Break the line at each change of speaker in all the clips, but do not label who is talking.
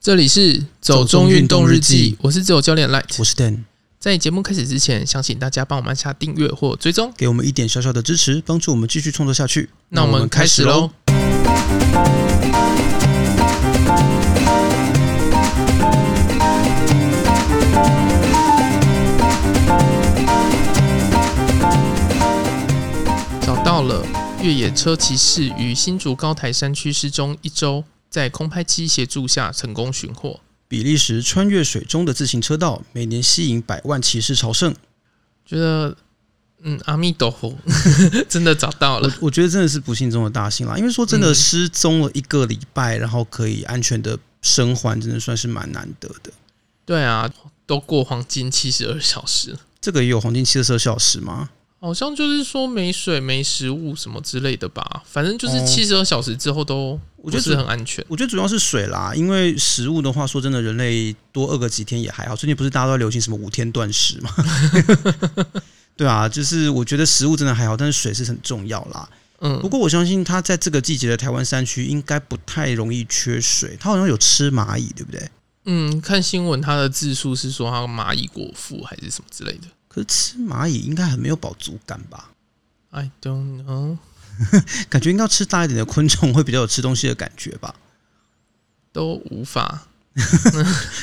这里是走中运动日记，我是自由教练 Light。
我是 Dan，
在节目开始之前，相信大家帮我们按下订阅或追踪。
给我们一点小小的支持，帮助我们继续创作下去。
那我们开始喽。。找到了越野车骑士于新竹高台山区失踪一周，在空拍机协助下成功寻获。
比利时穿越水中的自行车道，每年吸引百万骑士朝圣。
觉得，嗯，阿弥陀佛， 真的找到了
我。我觉得真的是不幸中的大幸啦，因为说真的，
嗯
失踪了一个礼拜，然后可以安全的生还，真的算是蛮难得的。
对啊，都过黄金七十二小时，
这个也有黄金七十二小时吗？
好像就是说没水、没食物什么之类的吧。反正就是
哦
七十二小时之后都不
我觉得
是很安全。
我觉得主要是水啦，因为食物的话，说真的，人类多饿个几天也还好。最近不是大家都在流行什么五天断食嘛？ 对啊，就是我觉得食物真的还好，但是水是很重要啦。
嗯
不，过我相信它在这个季节的台湾山区应该不太容易缺水。它好像有吃蚂蚁，对不对？
嗯，看新闻，它的字数是说它蚂蚁果腹还是什么之类的。
可是吃蚂蚁应该很没有饱足感吧？
I don't know，
感觉应该要吃大一点的昆虫会比较有吃东西的感觉吧。
都无法。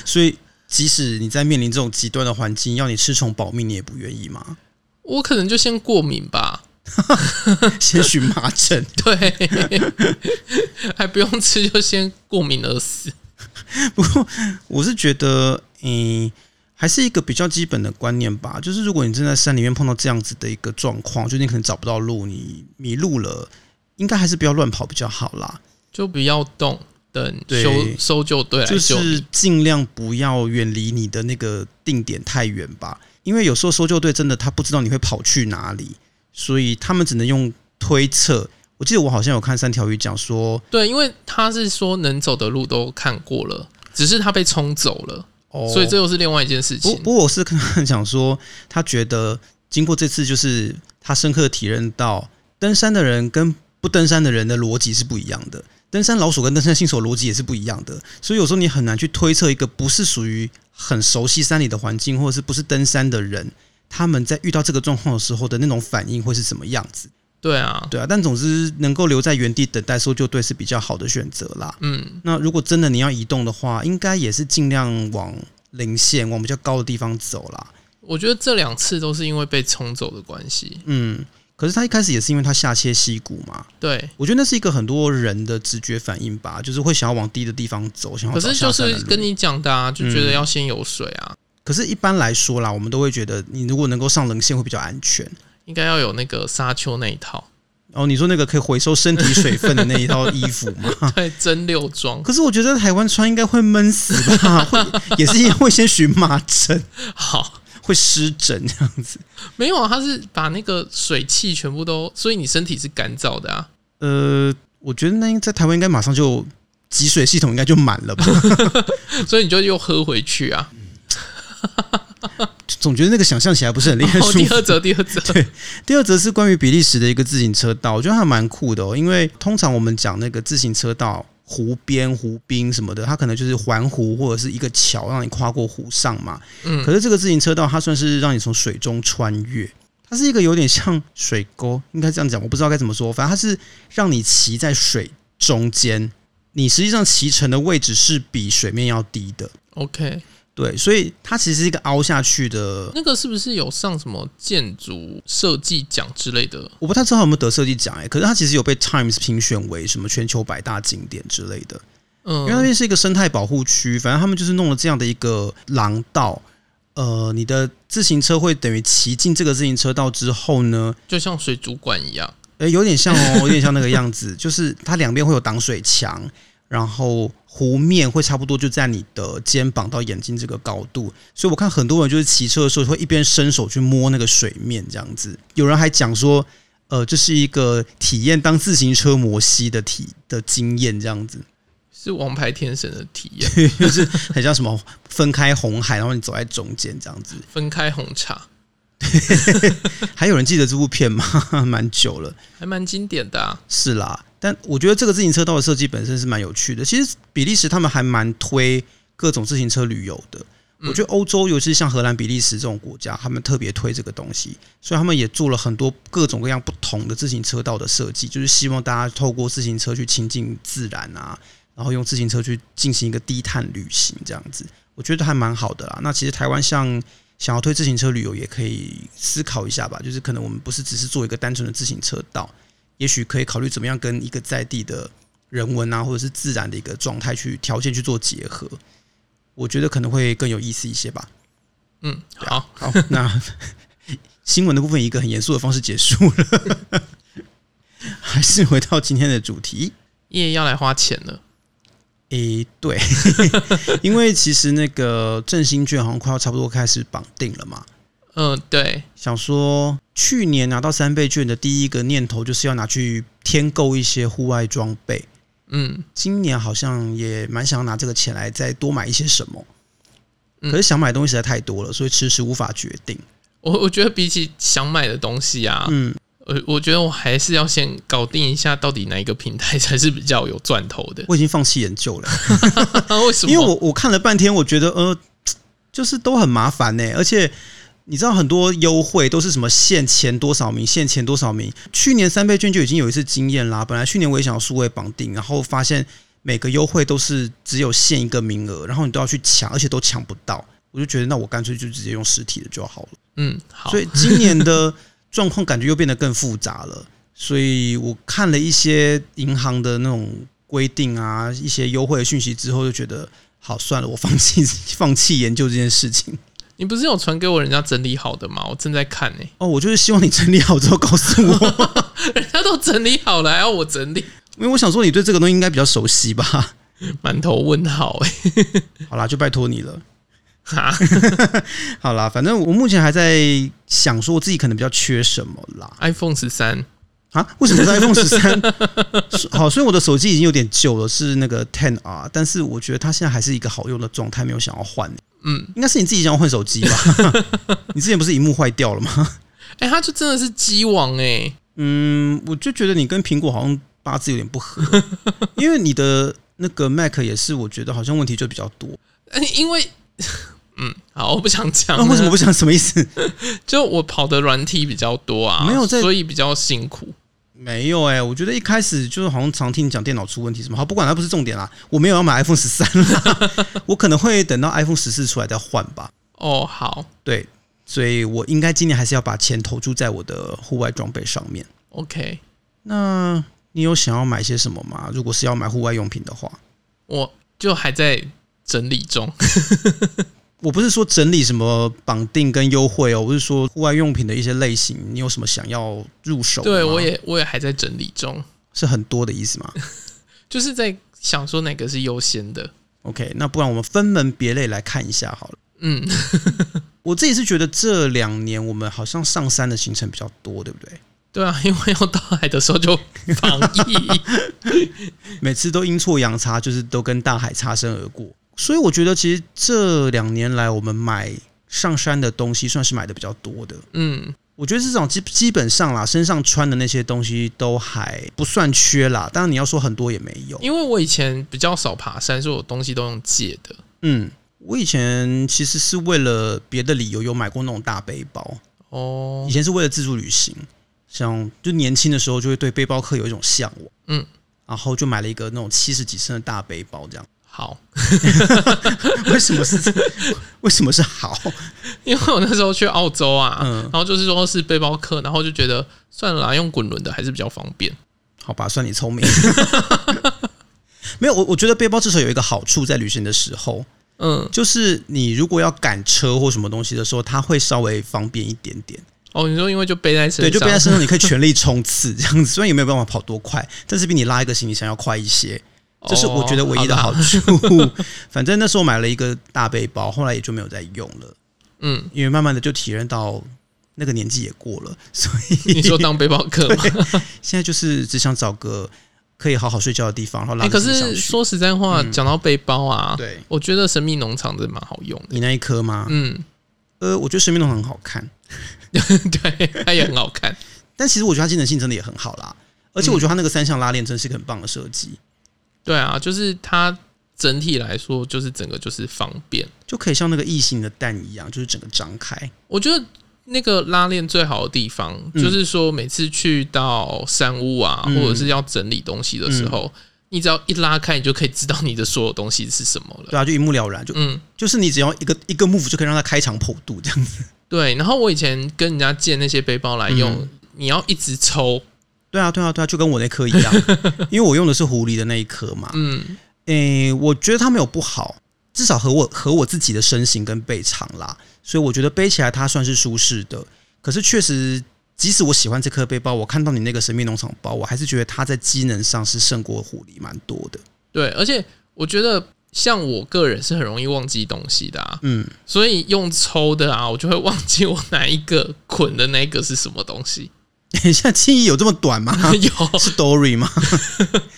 所以即使你在面临这种极端的环境，要你吃虫保命，你也不愿意嘛？
我可能就先过敏吧。
先荨麻疹。
对， 还不用吃就先过敏而死。
不过我是觉得，嗯，还是一个比较基本的观念吧。就是如果你正在山里面碰到这样子的一个状况，就你可能找不到路，你迷路了，应该还是不要乱跑比较好啦。
就不要动，等
对
搜搜救队来
就
救你。
是尽量不要远离你的那个定点太远吧，因为有时候搜救队真的他不知道你会跑去哪里，所以他们只能用推测。我记得我好像有看三条鱼讲说，
对，因为他是说能走的路都看过了，只是他被冲走了，
哦
所以这又是另外一件事
不
情。
不过我是跟他讲说，他觉得经过这次，就是他深刻地体认到登山的人跟不登山的人的逻辑是不一样的，登山老鼠跟登山新手逻辑也是不一样的，所以有时候你很难去推测一个不是属于很熟悉山里的环境，或者是不是登山的人。他们在遇到这个状况的时候的那种反应会是什么样子？
对啊，
对啊，但总之能够留在原地等待搜救队是比较好的选择啦。
嗯，
那如果真的你要移动的话，应该也是尽量往零线、往比较高的地方走啦。
我觉得这两次都是因为被冲走的关系。
嗯，可是他一开始也是因为他下切溪谷嘛，
对，
我觉得那是一个很多人的直觉反应吧，就是会想要往低的地方走，想要
可
找
是就
下山的
是
路
跟，你讲的啊，就觉得
嗯
要先有水啊，
可是一般来说啦，我们都会觉得你如果能够上棱线会比较安全。
应该要有那个沙丘那一套，
哦，你说那个可以回收身体水分的那一套衣服 吗？
对，蒸馏装
可是我觉得台湾穿应该会闷死吧，会也是会先荨麻疹，
好。
会湿疹这样子。
没有啊，它是把那个水汽全部都，所以你身体是干燥的啊。
呃，我觉得那应在台湾应该马上就集水系统应该就满了吧？
所以你就又喝回去啊。
总觉得那个想象起来不是很令人
哦，
舒
第
服。
二则，第二则，
第二则是关于比利时的一个自行车道，我觉得还蛮酷的哦。因为通常我们讲那个自行车道，湖边、湖滨什么的，它可能就是环湖或者是一个桥，让你跨过湖上嘛。
嗯
可是这个自行车道，它算是让你从水中穿越。它是一个有点像水沟，应该这样讲，我不知道该怎么说。反正它是让你骑在水中间，你实际上骑乘的位置是比水面要低的。
OK，
对，所以它其实是一个凹下去的
那个是不是有上什么建筑设计奖之类的？
我不太知道有没有得设计奖哎，可是它其实有被 Times 评选为什么全球百大景点之类的，因为那
嗯，
边是一个生态保护区，反正他们就是弄了这样的一个廊道。呃，你的自行车会等于骑进这个自行车道之后呢，
就像水族馆一样。
诶，有点像哦，有点像那个样子，就是它两边会有挡水墙，然后湖面会差不多就在你的肩膀到眼睛这个高度，所以我看很多人就是骑车的时候会一边伸手去摸那个水面这样子。有人还讲说，呃，这是一个体验当自行车摩西的体的经验这样子，
是王牌天神的体验，
就是很像什么分开红海，然后你走在中间这样子。
分开红茶
还有人记得这部片吗？蛮久了。
还蛮经典的啊。
是啦，但我觉得这个自行车道的设计本身是蛮有趣的。其实比利时他们还蛮推各种自行车旅游的。我觉得欧洲，尤其是像荷兰、比利时这种国家，他们特别推这个东西，所以他们也做了很多各种各样不同的自行车道的设计，就是希望大家透过自行车去亲近自然啊，然后用自行车去进行一个低碳旅行，这样子，我觉得还蛮好的啦。那其实台湾像想要推自行车旅游，也可以思考一下吧，就是可能我们不是只是做一个单纯的自行车道，也许可以考虑怎么样跟一个在地的人文啊，或者是自然的一个状态去条件去做结合。我觉得可能会更有意思一些吧。
嗯，好，
好，那新闻的部分以一个很严肃的方式结束了，还是回到今天的主题。
叶要来花钱了。
诶、对，因为其实那个振兴券好像快要差不多开始绑定了嘛。
嗯，对，
想说去年拿到三倍券的第一个念头就是要拿去添购一些户外装备，
嗯，
今年好像也蛮想拿这个钱来再多买一些什么，
嗯
可是想买的东西实在太多了，所以迟迟无法决定。
我我觉得比起想买的东西啊，
嗯，
我我觉得我还是要先搞定一下，到底哪一个平台才是比较有赚头的。
我已经放弃 研究了，
为什么？
因为我我看了半天，我觉得呃，就是都很麻烦呢、而且。你知道很多优惠都是什么限前多少名，限前多少名。去年三倍券就已经有一次经验啦。本来去年我也想要数位绑定，然后发现每个优惠都是只有限一个名额，然后你都要去抢，而且都抢不到。我就觉得那我干脆就直接用实体的就好了。
嗯，好
所，以今年的状况感觉又变得更复杂了。所以我看了一些银行的那种规定啊，一些优惠的讯息之后，就觉得好算了，我放弃放弃研究这件事情。
你不是有传给我人家整理好的吗？我正在看呢、
哦，我就是希望你整理好之后告诉我，
人家都整理好了，还要我整 理，
因为我想说你对这个东西应该比较熟悉吧。
满头问号哎、
好啦，就拜托你了。
哈，
好啦，反正我目前还在想说我自己可能比较缺什么啦。
iPhone 十三，
啊？为什么是 iPhone 十三？是好，所以我的手机已经有点旧了，是那个 Ten R，但是我觉得它现在还是一个好用的状态，没有想要换。
嗯，
应该是你自己想要换手机吧？你之前不是荧幕坏掉了吗？
哎、它就真的是鸡王哎、
嗯，我就觉得你跟苹果好像八字有点不合，因为你的那个 Mac 也是，我觉得好像问题就比较多。
哎因为嗯，好，我不想讲
那、
了、
为什么不想？什么意思？
就我跑的软体比较多啊，
没有在
所以比较辛苦。
没有哎、我觉得一开始就是好像常听你讲电脑出问题什么，好，不管它不是重点啦，我没有要买 iPhone 十三啦，我可能会等到 iPhone 十四出来再换吧。
哦，好
对，所以我应该今年还是要把钱投注在我的户外装备上面。
，OK，
那你有想要买些什么吗？如果是要买户外用品的话，
我就还在整理中。
我不是说整理什么绑定跟优惠哦，我是说户外用品的一些类型，你有什么想要入手的吗？
对，我也我也还在整理中，
是很多的 意思嘛。
就是在想说哪个是优先的。
OK，那不然我们分门别类来看一下好了。
嗯，
我自己是觉得这两年我们好像上山的行程比较多，对不对？
对啊，因为要到海的时候就防疫。
每次都阴错阳差，就是都跟大海擦身而过。所以我觉得其实这两年来我们买上山的东西算是买的比较多的。
嗯，
我觉得这种基基本上啦，身上穿的那些东西都还不算缺啦。当然你要说很多也没有，
因为我以前比较少爬山，所以我东西都用借的。
嗯，我以前其实是为了别的理由有买过那种大背包，
哦
以，前是为了自助旅行，像就年轻的时候就会对背包客有一种向往，
嗯，
然后就买了一个那种七十几升的大背包，这样
好，
为什么是为什么是好？
因为我那时候去澳洲啊，
嗯
然后就是说是背包客，然后就觉得算了啦，用滚轮的还是比较方便。
好吧，算你聪明。 没有，我我觉得背包至少有一个好处，在旅行的时候，
嗯，
就是你如果要赶车或什么东西的时候，它会稍微方便一点点。
哦，你说因为就背在身上，
对，就背在身上，你可以全力冲刺这样子。虽然也没有办法跑多快，但是比你拉一个行李箱要快一些，
哦，
这是我觉得唯一的
啦
好处。 反正那时候买了一个大背包，后来也就没有再用了，
嗯，
因为慢慢的就体认到那个年纪也过了，所
你
以
说当背包客吗？
现在就是只想找个可以好好睡觉的地方，然后拉
哎、
个
可
行李箱
是
去。嗯
说实在话，讲、到背包啊，
对
我觉得神秘农场真的蛮好用的。
你那一颗吗？
嗯，
呃，我觉得生命洞很好看，
对，它也很好看。
但其实我觉得它机能性真的也很好啦。而且我觉得它那个三项拉链真是个很棒的设计，
对啊，就是它整体来说就是整个就是方便。
就可以像那个异形的蛋一样，就是整个张开。
我觉得那个拉链最好的地方，
嗯
就是说每次去到山屋啊，
嗯
或者是要整理东西的时候，你只要一拉开，你就可以知道你的所有东西是什么了。
对啊，就一目了然，就
嗯，
就是你只要一个一个 move 就可以让它开肠破肚这样子。
对。然后我以前跟人家借那些背包来用，
嗯
你要一直抽，
对啊，对啊，对啊，就跟我那颗一 样，因为我用的是狐狸的那一颗嘛。
嗯，
诶、我觉得它没有不好，至少和我和我自己的身形跟背长啦，所以我觉得背起来它算是舒适的。可是确实，即使我喜欢这颗背包，我看到你那个神秘农场包，我还是觉得它在机能上是胜过狐狸蛮多的。
对。而且我觉得像我个人是很容易忘记东西的啊，
嗯，
所以用抽的啊，我就会忘记我哪一个捆的那个是什么东 西。？
等一下，记忆有这么短吗
有
是 Dory 吗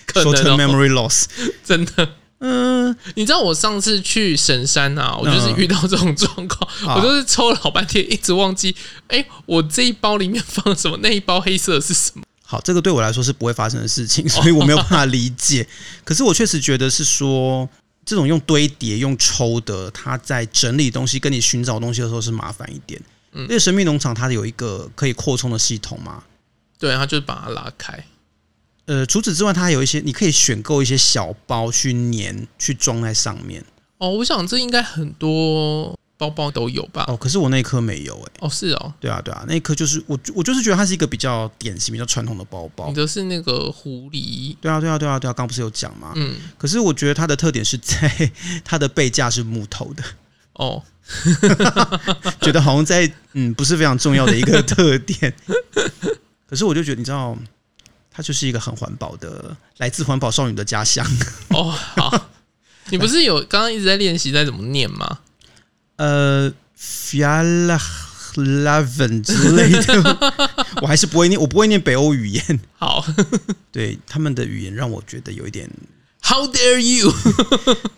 可
？Short
能、哦、
memory loss。
真的。
嗯，
你知道我上次去神山啊，我就是遇到这种状况，
啊
我就是抽了老半天，一直忘记，哎、我这一包里面放了什么，那一包黑色的是什么？
好，这个对我来说是不会发生的事情， 所以我没有办法理解。可是我确实觉得是说，这种用堆叠、用抽的，它在整理东西、跟你寻找东西的时候是麻烦一点。
嗯
因为神秘农场它有一个可以扩充的系统嘛，
对，他就把它拉开，
呃，除此之外，它还有一些你可以选购一些小包去粘去装在上面。
哦，我想这应该很多包包都有吧？哦，
哦，可是我那一颗没有诶、
是哦，
对啊，对啊，那一颗就是我，我就是觉得它是一个比较典型、比较传统的包包
你。的是那个狐狸，
对啊，对啊，对啊，对啊，刚刚不是有讲吗？
嗯，
可是我觉得它的特点是在 它的背架是木头的。
哦，
觉得好像在嗯不是非常重要的一个特点。可是我就觉得，你知道，它就是一个很环保的，来自环保少女的家乡。
哦，好， 你不是有刚刚一直在练习在怎么念吗？
呃 f i a l a l a v e n 之类的， 我还是不会念，我不会念北欧语言。
好
对他们的语言让我觉得有一点，
，How dare you？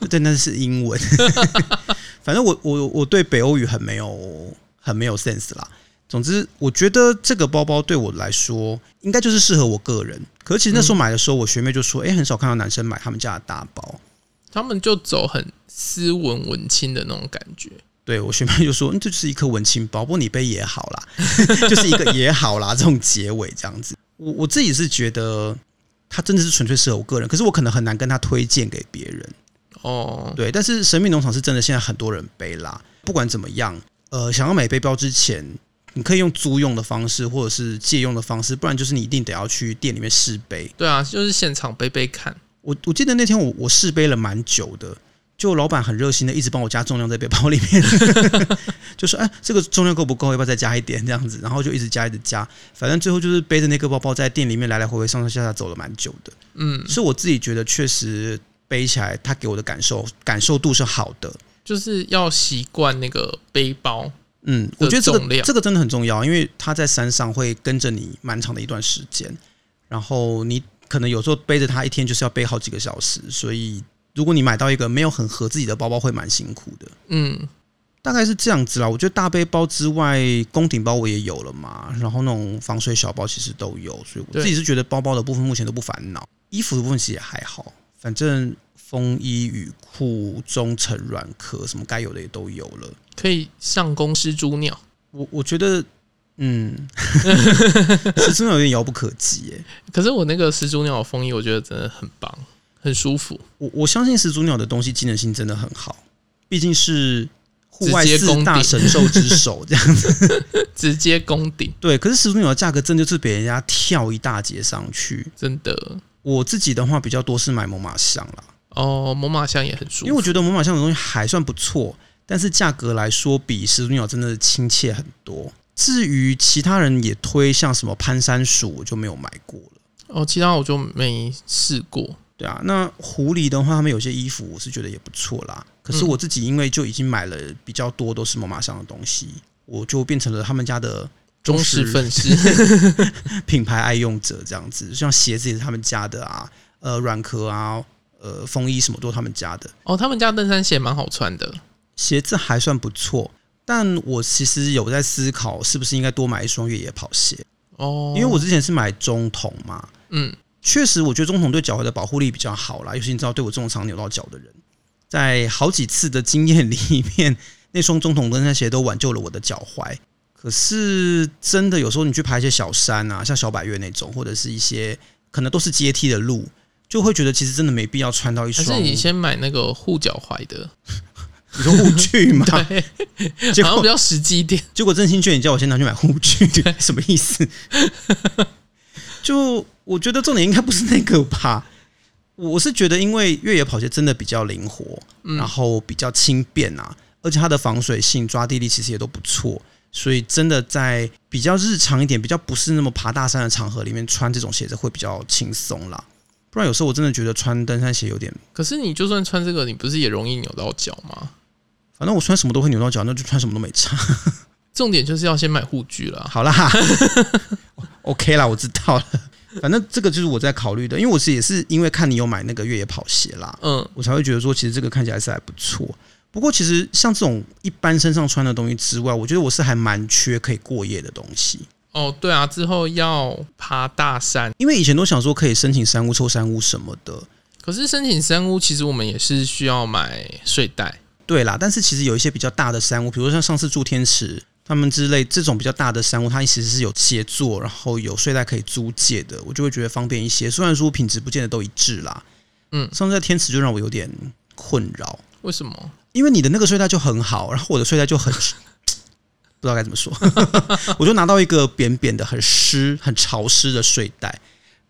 对，那是英文。 反正我我我对北欧语很没有很没有 sense 啦。总之，我觉得这个包包对我来说，应该就是适合我个人。可是其实那时候买的时候，我学妹就说：“哎、很少看到男生买他们家的大包。
他们就走很斯文文青的那种感觉，
对”我学妹就说：“嗯，这就是一颗文青包，不过你背也好啦， 就是一个也好啦，这种结尾这样子。我”我自己是觉得，它真的是纯粹适合我个人，可是我可能很难跟他推荐给别人。
哦，
对，但是神秘农场是真的，现在很多人背啦。不管怎么样，呃，想要买背包之前，你可以用租用的方式，或者是借用的方式，不然就是你一定得要去店里面试背。
对啊，就是现场背背看。
我我记得那天我我试背了蛮久的，就老板很热心的一直帮我加重量在背包里面， 就说哎、这个重量够不够？要不要再加一点这样子？然后就一直加一直加，反正最后就是背着那个包包在店里面来来回回上上下下走了蛮久的。
嗯，
所以我自己觉得确实背起来，它给我的感受感受度是好的。
就是要习惯那个背包。
嗯，我觉得这
重量
个这个真的很重要，因为它在山上会跟着你蛮长的一段时间，然后你可能有时候背着它一天就是要背好几个小时，所以如果你买到一个没有很合自己的包包，会蛮辛苦的。
嗯，
大概是这样子啦，我觉得大背包之外，宫顶包我也有了嘛，然后那种防水小包其实都有，所以我
对
自己是觉得包包的部分目前都不烦恼，衣服的部分其实也还好，反正风衣、雨裤、中层软壳什么该有的也都有了。
可以上公司猪尿，
我我觉得，嗯，始终有点遥不可及耶。
可是我那个始祖鸟的风衣，我觉得真的很棒，很舒服。
我我相信始祖鸟的东西机能性真的很好，毕竟是户外
直接攻
四
顶
大神兽之首这样子。
直接攻顶，
对，可是始祖鸟的价格真的就是比人家跳一大截上去。
真的
我自己的话比较多是买猛犸象啦，
哦，猛犸象也很舒
因为我
服。
觉得猛犸象的东西还算不错，但是价格来说比始祖鸟真的亲切很多。至于其他人也推像什么攀山鼠，我就没有买过了。
哦，其他我就没试过。
对啊，那狐狸的话，他们有些衣服我是觉得也不错啦。可
嗯
是我自己因为就已经买了比较多都是猛犸象的东西，我就变成了他们家的
忠实
实
粉丝，
品牌爱用者这样子。像鞋子也是他们家的啊，呃，软壳啊，呃，风衣什么都是他们家的。
哦，他们家登山鞋蛮好穿的。
鞋子还算不错，但我其实有在思考是不是应该多买一双越野跑鞋，
哦，
因为我之前是买中筒嘛，
嗯，
确实，我觉得中筒对脚踝的保护力比较好啦，尤其你知道，对我这种常扭到脚的人，在好几次的经验里面，那双中筒登山鞋都挽救了我的脚踝。可是真的有时候你去爬一些小山啊，像小百越那种，或者是一些可能都是阶梯的路，就会觉得其实真的没必要穿到一
还
双。
是你先买那个护脚踝的，
你说护具吗？
对，
结
好像
果
比较实际一点。
结果振兴券你叫我先拿去买护具， 什么意思？就我觉得重点应该不是那个吧。我是觉得，因为越野跑鞋真的比较灵活，然后比较轻便啊，而且它的防水性、抓地力其实也都不错，所以真的在比较日常一点、比较不是那么爬大山的场合里面穿这种鞋子会比较轻松啦。不然有时候我真的觉得穿登山鞋有点，
可是你就算穿这个，你不是也容易扭到脚吗？
反正我穿什么都会扭到脚，那就穿什么都没差。
重点就是要先买护具啦。
好啦 ，OK 啦，我知道了。反正这个就是我在考虑的，因为我是也是因为看你有买那个越野跑鞋啦，
嗯，
我才会觉得说其实这个看起来是还不错。不过其实像这种一般身上穿的东西之外，我觉得我是还蛮缺可以过夜的东西，
哦，对啊，之后要爬大山，
因为以前都想说可以申请山屋、抽山屋什么的，
可是申请山屋，其实我们也是需要买睡袋。
对啦。但是其实有一些比较大的山屋，比如说像上次住天池他们之类这种比较大的山屋，它其实是有协作，然后有睡袋可以租借的，我就会觉得方便一些。虽然说品质不见得都一致啦，
嗯，
上次在天池就让我有点困扰，
为什么？
因为你的那个睡袋就很好，然后我的睡袋就很 不知道该怎么说， 我就拿到一个扁扁的、很湿、很潮湿的睡袋，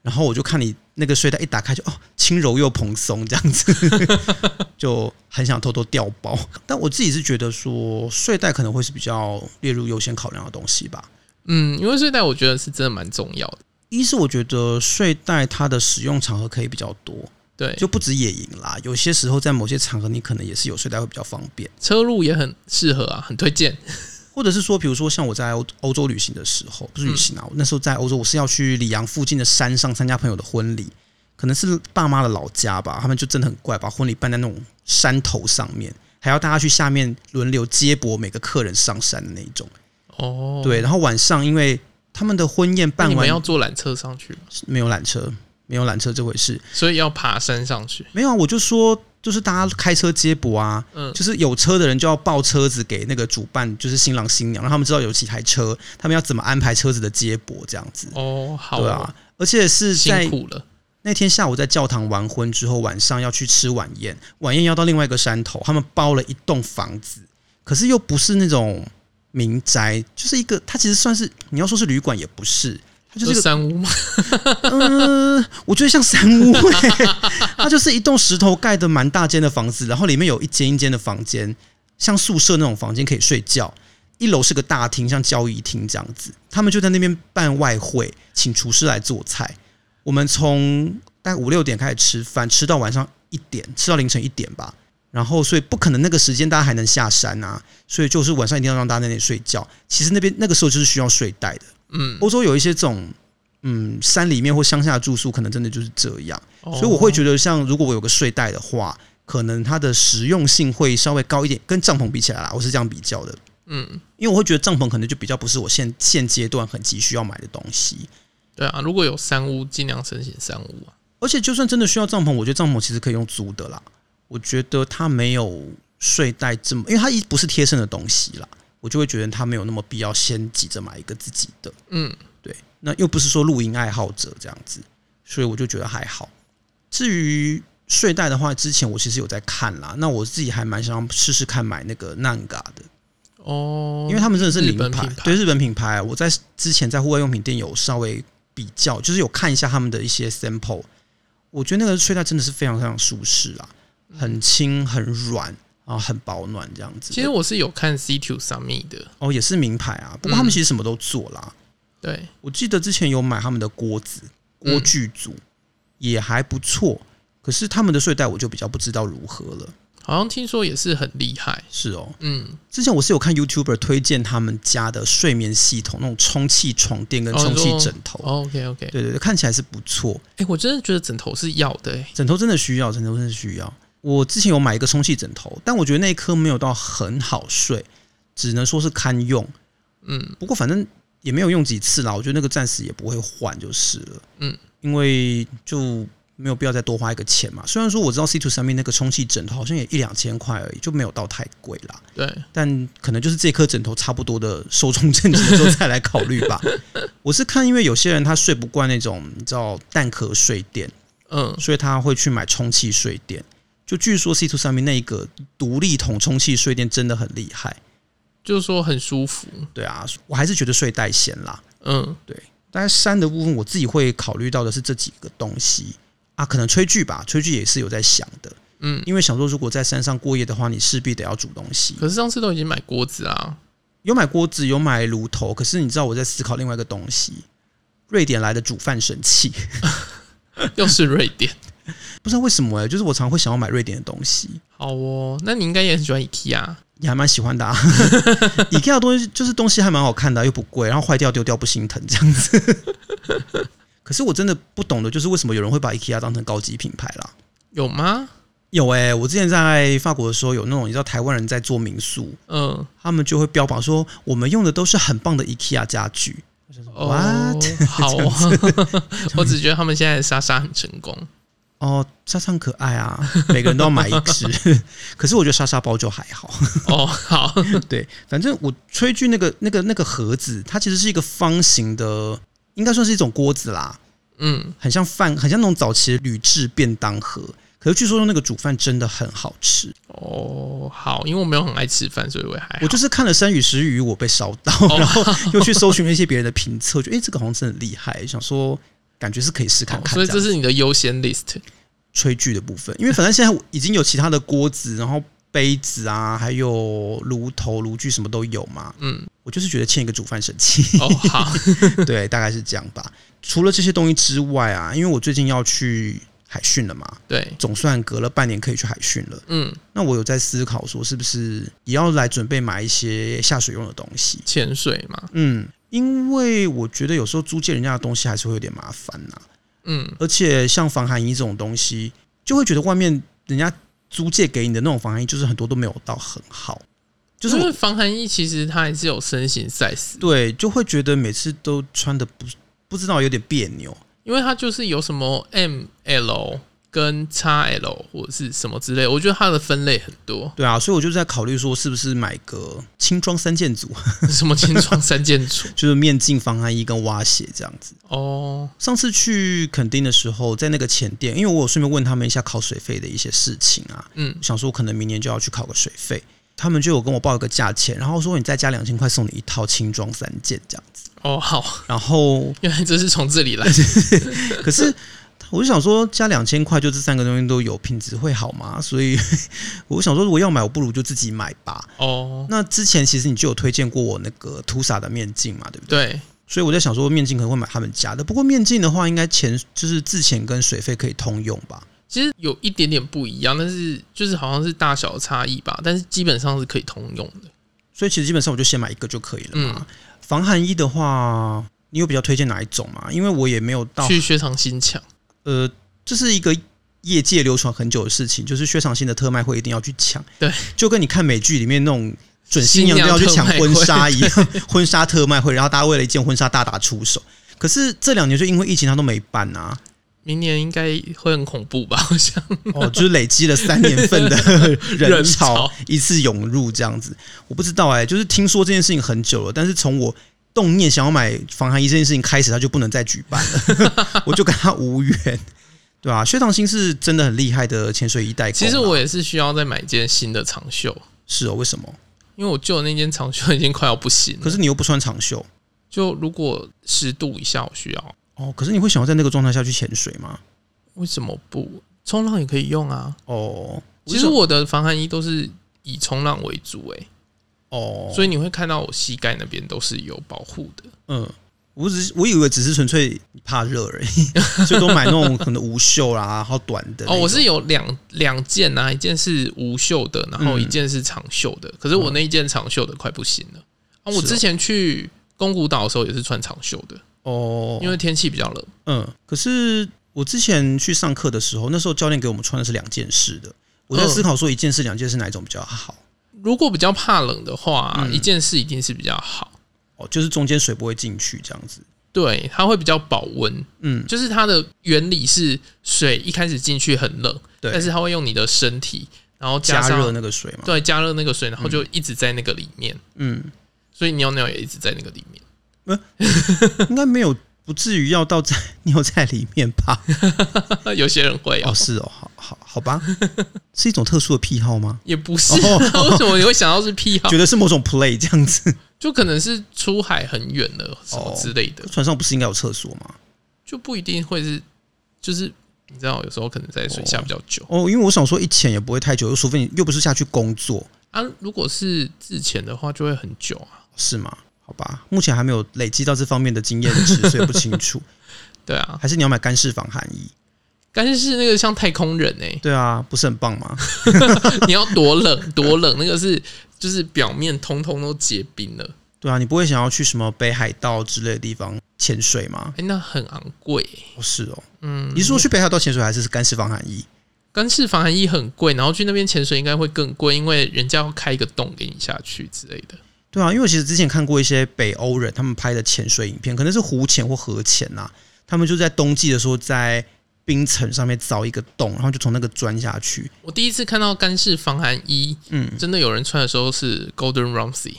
然后我就看你那个睡袋一打开就哦，轻柔又蓬松这样子， 就很想偷偷掉包。但我自己是觉得说，睡袋可能会是比较列入优先考量的东西吧。
嗯，因为睡袋我觉得是真的蛮重要的。
一是我觉得睡袋它的使用场合可以比较多，
对，
就不止野营啦，有些时候在某些场合你可能也是有睡袋会比较方便，
车路也很适合啊，很推荐。
或者是说，比如说像我在欧欧洲旅行的时
嗯
候，不是旅行啊，我那时候在欧洲我是要去里昂附近的山上参加朋友的婚礼，可能是爸妈的老家吧，他们就真的很怪，把婚礼办在那种山头上面，还要大家去下面轮流接驳每个客人上山的那一种，
哦，
对，然后晚上因为他们的婚宴
那
办
你
完
们要坐缆车上去吗，
没有缆车，没有缆车这回事，
所以要爬山上去。
没有啊，我就说就是大家开车接驳啊，
嗯
就是有车的人就要报车子给那个主办，就是新郎新娘，让他们知道有几台车，他们要怎么安排车子的接驳这样子。
哦，好
对啊，而且是
辛
在
苦了。
那天下午在教堂完婚之后，晚上要去吃晚宴，晚宴要到另外一个山头，他们包了一栋房子，可是又不是那种民宅，就是一个它其实算是你要说是旅馆也不是，它就是一
就
个
山屋嘛，
嗯，我觉得像山屋、欸，它就是一栋石头盖的蛮大间的房子，然后里面有一间一间的房间，像宿舍那种房间可以睡觉。一楼是个大厅，像交易厅这样子。他们就在那边办外汇，请厨师来做菜。我们从大概五六点开始吃饭，吃到晚上一点，吃到凌晨一点吧。然后，所以不可能那个时间大家还能下山啊，所以就是晚上一定要让大家在那里睡觉。其实那边那个时候就是需要睡袋的。
嗯，
欧洲有一些这种嗯山里面或乡下的住宿，可能真的就是这样。
所
所以我
哦
会觉得，像如果我有个睡袋的话，可能它的实用性会稍微高一点，跟帐篷比起来啦，我是这样比较的。
嗯，
因为我会觉得帐篷可能就比较不是我现现阶段很急需要买的东西，
对啊，如果有山屋，尽量申请山屋啊。
而且就算真的需要帐篷，我觉得帐篷其实可以用租的啦。我觉得它没有睡袋这么，因为它一不是贴身的东西啦，我就会觉得它没有那么必要先急着买一个自己的。
嗯，
对，那又不是说露营爱好者这样子，所以我就觉得还好。至于睡袋的话，之前我其实有在看啦，那我自己还蛮想试试看买那个 Nanga 的，
哦，
因为他们真的是
日
名
本
牌，
品牌
对日本品牌，我在之前在户外用品店有稍微比较，就是有看一下他们的一些 sample，我觉得那个睡袋真的是非常非常舒适啊，
嗯
很轻很软。啊，很保暖这样子。
其实我是有看 C Two Summit 的，
哦，也是名牌啊，不过他们
嗯
其实什么都做啦。
对，
我记得之前有买他们的锅子，
嗯
锅具组、也还不错，可是他们的睡袋我就比较不知道如何了。
好像听说也是很厉害。
是哦，
嗯，
之前我是有看 YouTuber 推荐他们家的睡眠系统，那种充气床垫跟
哦
充
你
气
说
枕头。
哦，OK OK，哎、
对对对，看起来是不错，
诶我真的觉得枕头是要的、欸诶
枕头真的需要，枕头真的需要。我之前有买一个充气枕头，但我觉得那一颗没有到很好睡，只能说是堪用。
嗯，
不过反正也没有用几次啦，我觉得那个暂时也不会换就是了。
嗯，
因为就没有必要再多花一个钱嘛。虽然说我知道 C two 上面那个充气枕头好像也一两千块而已，就没有到太贵啦。
对，
但可能就是这颗枕头差不多的寿终正寝的时候再来考虑 吧。我是看，因为有些人他睡不惯那种你知道蛋壳睡垫，
嗯，
所以他会去买充气睡垫。就据说 C two 上面那一个独立筒充气睡垫真的很厉害，
就是说很舒服，
对啊，我还是觉得睡袋先啦。
嗯，
但是山的部分，我自己会考虑到的是这几个东西啊，可能炊具吧，炊具也是有在想的，
嗯，
因为想说如果在山上过夜的话，你势必得要煮东西。
可是上次都已经买锅子啊，
有买锅子，有买炉头，可是你知道我在思考另外一个东西，瑞典来的煮饭神器，
又是瑞典，
不知道为什么哎、就是我常会想要买瑞典的东西，
好哦，那你应该也很喜欢 IKEA，
也还蛮喜欢的、啊。IKEA 的东西就是东西还蛮好看的啊、又不贵，然后坏掉丢掉不心疼这样子。 可是我真的不懂的就是为什么有人会把 IKEA 当成高级品牌啦。
有吗？
有哎、我之前在法国的时候，有那种你知道台湾人在做民宿，
嗯，
他们就会标榜说我们用的都是很棒的 IKEA 家具。
哦
What？，
好啊， 我只觉得他们现在的莎莎很成功，
哦，莎莎很可爱啊， 每个人都要买一只。 可是我觉得莎莎包就还好。
哦，好，
对，反正我炊具那个那个那个盒子，它其实是一个方形的，应该算是一种锅子啦，
嗯，
很像饭，很像那种早期的铝制便当盒。可是据说用那个煮饭真的很好吃，
哦，好，因为我没有很爱吃饭，所以我也还好
我就是看了《生与食与》，我被烧到，
哦
然后又去搜寻了一些别人的评测，就哎、诶这个好像真的很厉害，想说感觉是可以试看
哦
看。
所以这
样
是你的优先 list，
炊具的部分，因为反正现在已经有其他的锅子，然后杯子啊，还有炉头、炉具什么都有嘛。
嗯，
我就是觉得欠一个煮饭神器，
哦，好，
对，大概是这样吧。除了这些东西之外啊，因为我最近要去海训了嘛，
对，
总算隔了半年可以去海训了。
嗯，
那我有在思考说，是不是也要来准备买一些下水用的东西？
潜水嘛，
嗯，因为我觉得有时候租借人家的东西还是会有点麻烦呐、
嗯，
而且像防寒衣这种东西，就会觉得外面人家租借给你的那种防寒衣，就是很多都没有到很好，就是
因
我
为防寒衣其实它还是有身形 size，
对，就会觉得每次都穿的不不知道有点别扭。，
因为它就是有什么 M L 跟 X L 或者是什么之类，我觉得它的分类很多
对啊，所以我就在考虑说，是不是买个轻装三件组，
什么轻装三件组
就是面镜、防寒衣跟蛙鞋这样子。
哦，
上次去垦丁的时候，在那个前店，因为我有顺便问他们一下考水费的一些事情啊，
嗯，
想说可能明年就要去考个水费，他们就有跟我报一个价钱，然后说你再加两千块送你一套轻装三件这样子。
哦，好，
然后
原来这是从这里来，
可是我就想说，加两千块就这三个东西都有，品质会好吗？所以 我想说，如果要买，我不如就自己买吧。
哦，
那之前其实你就有推荐过我那个图萨的面镜嘛，对不对？
对，
所以我在想说，面镜可能会买他们家的，不过面镜的话，应该钱就是自钱跟水费可以通用吧？
其实有一点点不一样，但是就是好像是大小的差异吧，但是基本上是可以通用的。
所以其实基本上我就先买一个就可以了嘛。防寒衣的话，你有比较推荐哪一种吗？因为我也没有到
去雪场新抢，
呃，这是一个业界流传很久的事情，就是薛长新的特卖会一定要去抢。
对，
就跟你看美剧里面那种准
新
新娘都
娘
要去抢
特卖
婚
会
纱一样， 婚纱特卖会，然后大家为了一件婚纱大打出手。可是这两年就因为疫情，他都没办啊，
明年应该会很恐怖吧？我 想，
哦，就是累积了三年份的 人
人
潮
潮
一次涌入这样子。我不知道哎、就是听说这件事情很久了，但是从我动念想要买防寒衣这件事情开始，它就不能再举办了， 我就跟他无缘，对吧、啊？薛长兴是真的很厉害的潜水衣代工啊，
其实我也是需要再买一件新的长袖，
是哦，为什么？
因为我旧的那件长袖已经快要不行了。
可是你又不穿长袖
就如果十度以下，我需要，
哦，可是你会想要在那个状态下去潜水吗？
为什么不冲浪也可以用啊？
哦，
其实我的防寒衣都是以冲浪为主、欸，
哦，
所以你会看到我膝盖那边都是有保护的。
嗯，我只是我以为只是纯粹怕热而已， 所以都买那种可能无袖啦，然后短的
哦，
那种。
我是有两两件啊，一件是无袖的，然后
嗯
一件是长袖的。可是我那一件长袖的快不行了啊！我
是哦
之前去宫古岛的时候也是穿长袖的，
哦，
因为天气比较冷。
嗯，可是我之前去上课的时候，那时候教练给我们穿的是两件式的，我在
嗯
思考说一件式、两件式哪一种比较好。
如果比较怕冷的话，
嗯
一件事一定是比较好。
哦，就是中间水不会进去这样子。
对，它会比较保温，
嗯，
就是它的原理是水一开始进去很冷，
对，
但是它会用你的身体，然后
加
上
热那个水嘛，
对加热那个水，然后就一直在那个里面，
嗯，
所以尿尿也一直在那个里面。
应该没有，不至于要到在尿在里面吧？
有些人会哦
哦，，是 哦，好好好吧，是一种特殊的癖好吗？
也不是、啊
哦
为什么你会想到是癖 好
觉？得是某种 play 这 样子，
就可能是出海很远了什么之类的，
船上不是应该有厕所吗？
就不一定会是，就是你知道，有时候可能在水下比较久、
哦，因为我想说一潜也不会太久，除非你又不是下去工作，
啊。如果是自潜的话，就会很久啊。
是吗？好吧，目前还没有累积到这方面的经验值，所以不清楚。
对啊，
还是你要买干式防寒衣？
但是那个像太空人哎、
对啊，不是很棒吗？
你要多冷多冷，那个是就是表面通通都结冰了，
对啊，你不会想要去什么北海道之类的地方潜水吗
哎、？那很昂贵、
哦，是哦，
嗯，
你是说去北海道潜水还是干式防寒衣？
干式防寒衣很贵，然后去那边潜水应该会更贵，因为人家要开一个洞给你下去之类的。
对啊，因为我其实之前看过一些北欧人他们拍的潜水影片，可能是湖潜或河潜呐、他们就在冬季的时候在冰层上面凿一个洞，然后就从那个钻下去。
我第一次看到干式防寒衣，
嗯，
真的有人穿的时候是 Golden Ramsey，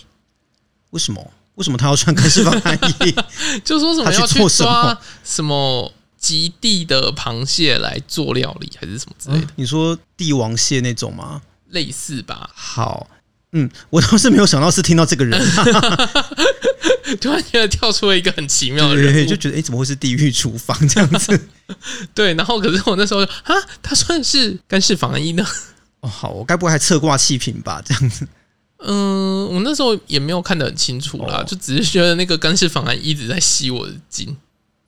为什么？为什么他要穿干式防寒衣？
就说什么
他去
要去
做什么
抓什么极地的螃蟹来做料理，还是什么之类的，
你说帝王蟹那种吗？
类似吧？
好，嗯，我倒是没有想到是听到这个人，
突然间跳出了一个很奇妙的
对
人物，
就觉得哎、诶怎么会是地狱厨房这样子？
对。然后可是我那时候就啊，他穿的是干式防寒衣呢。
哦，好，我该不会还测挂气瓶吧？这样子，
嗯，我那时候也没有看得很清楚啦，
哦
就只是觉得那个干式防寒衣一直在吸我的筋，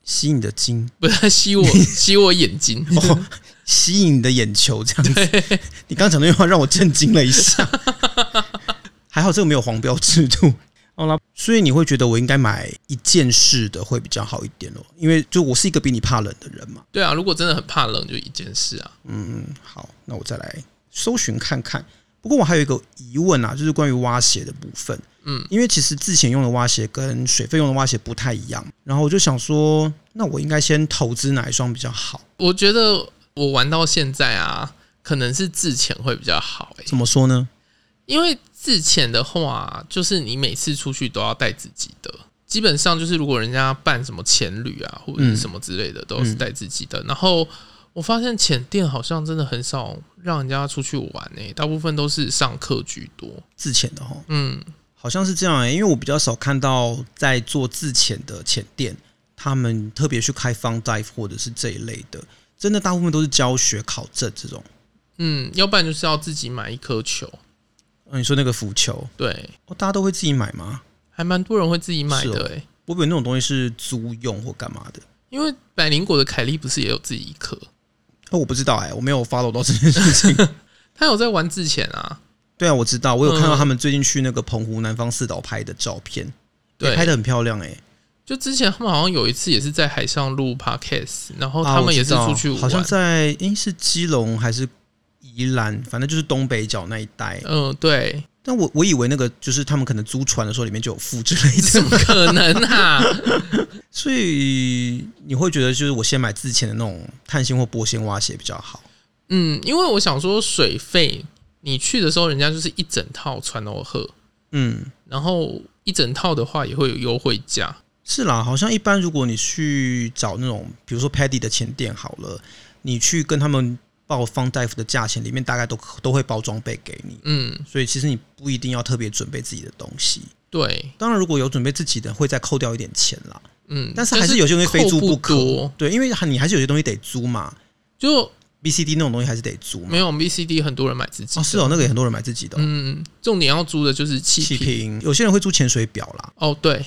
吸你的 精，
不是在吸我吸我眼睛。
哦，吸引你的眼球这样子。你刚讲那句话让我震惊了一 下，还好这个没有黄标制度。好啦，所以你会觉得我应该买一件式的会比较好一点哦，因为就我是一个比你怕冷的人嘛。
对啊，如果真的很怕冷，就一件事啊。
嗯，好，那我再来搜寻看看。不过我还有一个疑问啊，就是关于蛙鞋的部分。
嗯，
因为其实自潜用的蛙鞋跟水费用的蛙鞋不太一样，然后我就想说，那我应该先投资哪一双比较好？
我觉得我玩到现在啊，可能是自潜会比较好、欸，
怎么说呢？
因为自潜的话，就是你每次出去都要带自己的，基本上就是如果人家办什么潜旅啊，或者是什么之类的，都是带自己的。然后我发现潜店好像真的很少让人家出去玩诶、大部分都是上课居多。
自潜的哈，哦
嗯，
好像是这样、欸，因为我比较少看到在做自潜的潜店，他们特别去开 fun dive 或者是这一类的，真的大部分都是教学考证这种。
嗯，要不然就是要自己买一颗球，
嗯、你说那个浮球，
对，
哦，大家都会自己买吗？
还蛮多人会自己买的
是哦
诶、
我以为那种东西是租用或干嘛的。
因为百灵果的凯莉不是也有自己一颗，
哦，我不知道哎、我没有 follow 到这件事情。
她有在玩自潜啊，
对啊，我知道，我有看到
嗯
他们最近去那个澎湖南方四岛拍的照片，
对
欸拍的很漂亮哎、
就之前他们好像有一次也是在海上录 podcast，然后
啊
哦他们也
我
是
知道
出去玩，
好像在诶、是基隆还是宜兰，反正就是东北角那一带。
嗯，对，
但我我以为那个就是他们可能租船的时候里面就有附之 类
怎
的，
么可能啊？
所以你会觉得就是我先买之前的那种碳纤或玻纤蛙鞋比较好。
嗯，因为我想说水费，你去的时候人家就是一整套船哦喝，
嗯，
然后一整套的话也会有优惠价，
是啦，好像一般如果你去找那种比如说 Paddy 的前店好了，你去跟他们报方大夫的价钱，里面大概都都会包装备给你，
嗯，
所以其实你不一定要特别准备自己的东西。
对，
当然，如果有准备自己的，会再扣掉一点钱啦。
嗯，
但是还是有些东西非租
扣不
可，
多
对，因为你还是有些东西得租嘛
就
，BCD 那种东西还是得租嘛
没。有 VCD 很多人买自己
哦，
的
是哦，那个也很多人买自己的哦、
嗯，重点要租的就是
气
气瓶。
瓶。有些人会租潜水表啦，
哦，对，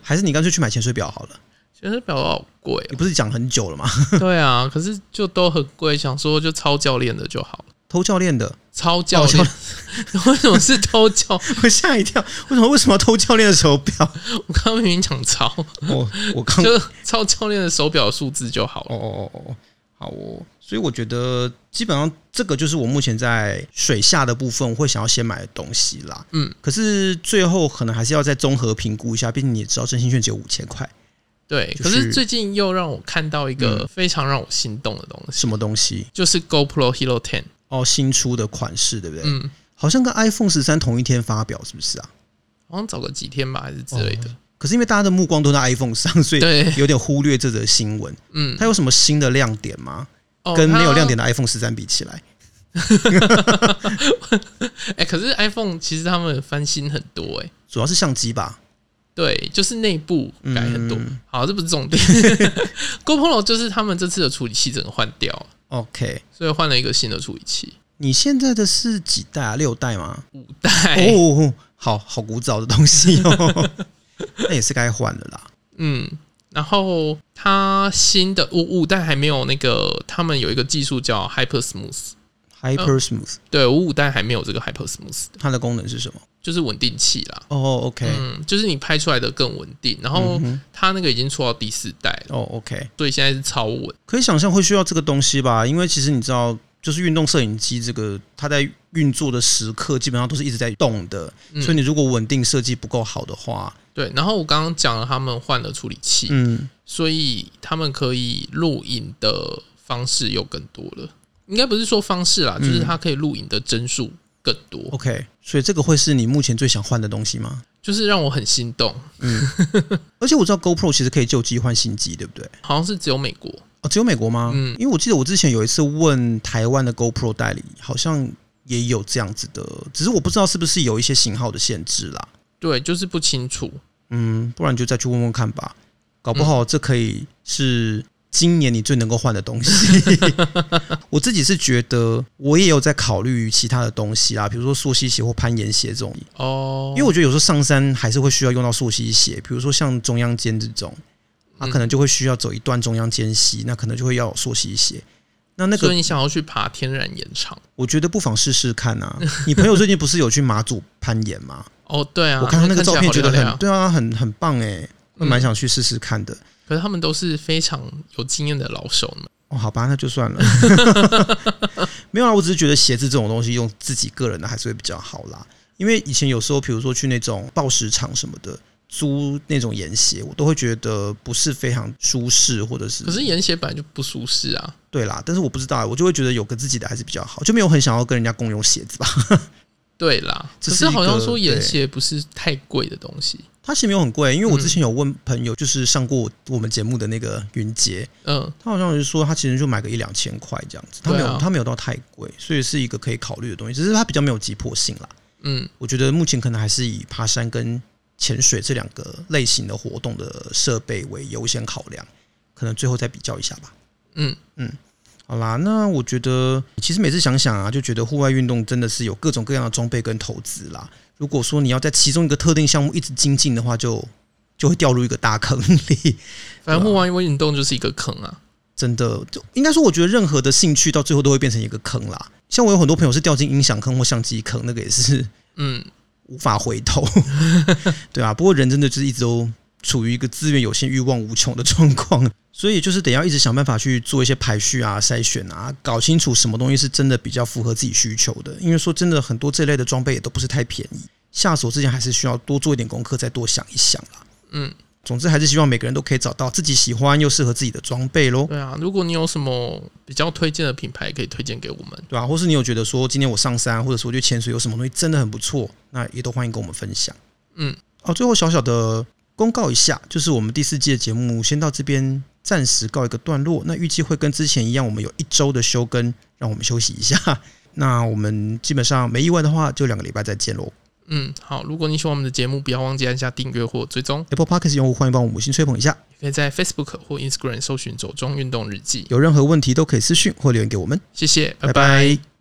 还是你干脆去买潜水表好了。
其实表好贵
你不是讲很久了吗？
哦，对啊，可是就都很贵，想说就超教练的就好了。
偷教练的，
超教
哦
练， 为什么是偷教？
我吓一跳，为什么为什么要偷教练的手表？
我刚刚明明讲超，
我哦我 刚
就超教练的手表数字就好了。
哦哦哦哦，好哦。所以我觉得基本上这个就是我目前在水下的部分，我会想要先买的东西啦。
嗯，
可是最后可能还是要再综合评估一下，毕竟你也知道，真心券只有五千块，
对，
就
可是
是嗯
最近又让我看到一个非常让我心动的东西，
什么东西？
就是 GoPro Hero Ten。
哦，新出的款式对不对？
嗯，
好像跟 iPhone 十三同一天发表，是不是啊？
好像早个几天吧，还是之类的。
可是因为大家的目光都在 iPhone 上，所以
对，
有点忽略这则新闻。
嗯，
它有什么新的亮点吗？
哦
跟没有亮。
它
点的 iPhone 十三比起来，
哎、可是 iPhone 其实他们翻新很多哎、
主要是相机吧？
对，就是内部改很多。
嗯
好，这不是重点。GoPro 就是他们这次的处理器整个换掉了，
OK，
所以换了一个新的处理器，
你现在的是几代啊？六代吗？
五代。
哦，好好古早的东西 哦，那也是该换了啦。
嗯，然后它新的五五代还没有那个，他们有一个技术叫 Hyper Smooth。
Hyper Smooth
对，我五代还没有这个 Hyper Smooth，
它的功能是什么？
就是稳定器啦。
哦，OK，
嗯，就是你拍出来的更稳定，然后
嗯
它那个已经出到第四代了，
哦，OK，
所以现在是超稳。
可以想象会需要这个东西吧？因为其实你知道，就是运动摄影机这个，它在运作的时刻基本上都是一直在动的，
嗯
所以你如果稳定设计不够好的话，
对，然后我刚刚讲了他们换了处理器，
嗯，
所以他们可以录影的方式又更多了。应该不是说方式啦，
嗯
就是它可以录影的帧数更多，
OK，所以这个会是你目前最想换的东西吗？
就是让我很心动。
而且我知道 GoPro 其实可以旧机换新机，对不对？
好像是只有美国，
哦，只有美国吗？
嗯
因为我记得我之前有一次问台湾的 GoPro 代理，好像也有这样子的，只是我不知道是不是有一些型号的限制啦。
对，就是不清楚。
嗯，不然就再去问问看吧，搞不好这可以是今年你最能够换的东西。我自己是觉得，我也有在考虑其他的东西啦，比如说溯溪鞋或攀岩鞋这种，
哦，
因为我觉得有时候上山还是会需要用到溯溪鞋，比如说像中央间这种，它、
嗯
可能就会需要走一段中央间溪，那可能就会要有溯溪鞋。那那
所
个
以你想要去爬天然岩场？
我觉得不妨试试看啊。你朋友最近不是有去马祖攀岩吗？
哦， 对啊，
我看他那个
起
照
来
片，
好
觉得
漂
很
亮
对啊，很很棒哎、会蛮
嗯
想去试试看的。
可是他们都是非常有经验的老手们。
哦，好吧，那就算了。 没有啊，我只是觉得鞋子这种东西用自己个人的还是会比较好啦。因为以前有时候，比如说去那种报时场什么的，租那种岩鞋，我都会觉得不是非常舒适，或者是
可是岩鞋本来就不舒适啊，
对啦。但是我不知道啊，我就会觉得有个自己的还是比较好，就没有很想要跟人家共用鞋子吧。
对啦。
这
可
是
是
一
好像
个
说岩
对
鞋不是太贵的东西。
它鞋没有很贵，因为我
嗯
之前有问朋友，就是上过我们节目的那个云杰，
嗯，
他好像是说他其实就买个一两千块这样子，他没有、
对啊
他没有到太贵，所以是一个可以考虑的东西，只是他比较没有急迫性啦。
嗯，
我觉得目前可能还是以爬山跟潜水这两个类型的活动的设备为优先考量，可能最后再比较一下吧。
嗯
嗯，好啦，那我觉得其实每次想想啊，就觉得户外运动真的是有各种各样的装备跟投资啦。如果说你要在其中一个特定项目一直精进的话，就就会掉入一个大坑里。
反正户外运动就是一个坑啊。
真的，就应该说，我觉得任何的兴趣到最后都会变成一个坑啦。像我有很多朋友是掉进音响坑或相机坑，那个也是
嗯，
无法回头， 对啊，不过人真的就是一直都处于一个资源有限、欲望无穷的状况，所以就是得要一直想办法去做一些排序啊、筛选啊，搞清楚什么东西是真的比较符合自己需求的。因为说真的，很多这类的装备也都不是太便宜，下手之前还是需要多做一点功课，再多想一想啦。
嗯，
总之还是希望每个人都可以找到自己喜欢又适合自己的装备喽。
对啊。如果你有什么比较推荐的品牌，可以推荐给我们。
对啊，或是你有觉得说今天我上山，或者说我去潜水有什么东西真的很不错，那也都欢迎跟我们分享。
嗯，
哦，最后小小的公告一下，就是我们第四季的节目先到这边暂时告一个段落。那预计会跟之前一样，我们有一周的休更，让我们休息一下。 那我们基本上没意外的话，就两个礼拜再见喽。
嗯，好。如果你喜欢我们的节目，不要忘记按下订阅或追踪，
Apple Podcast 用户欢迎帮我们五星吹捧一下，
也可以在 Facebook 或 Instagram 搜寻“走中运动日记
有任何问题都可以私讯或留言给我们。”。
谢谢，拜
拜
拜
拜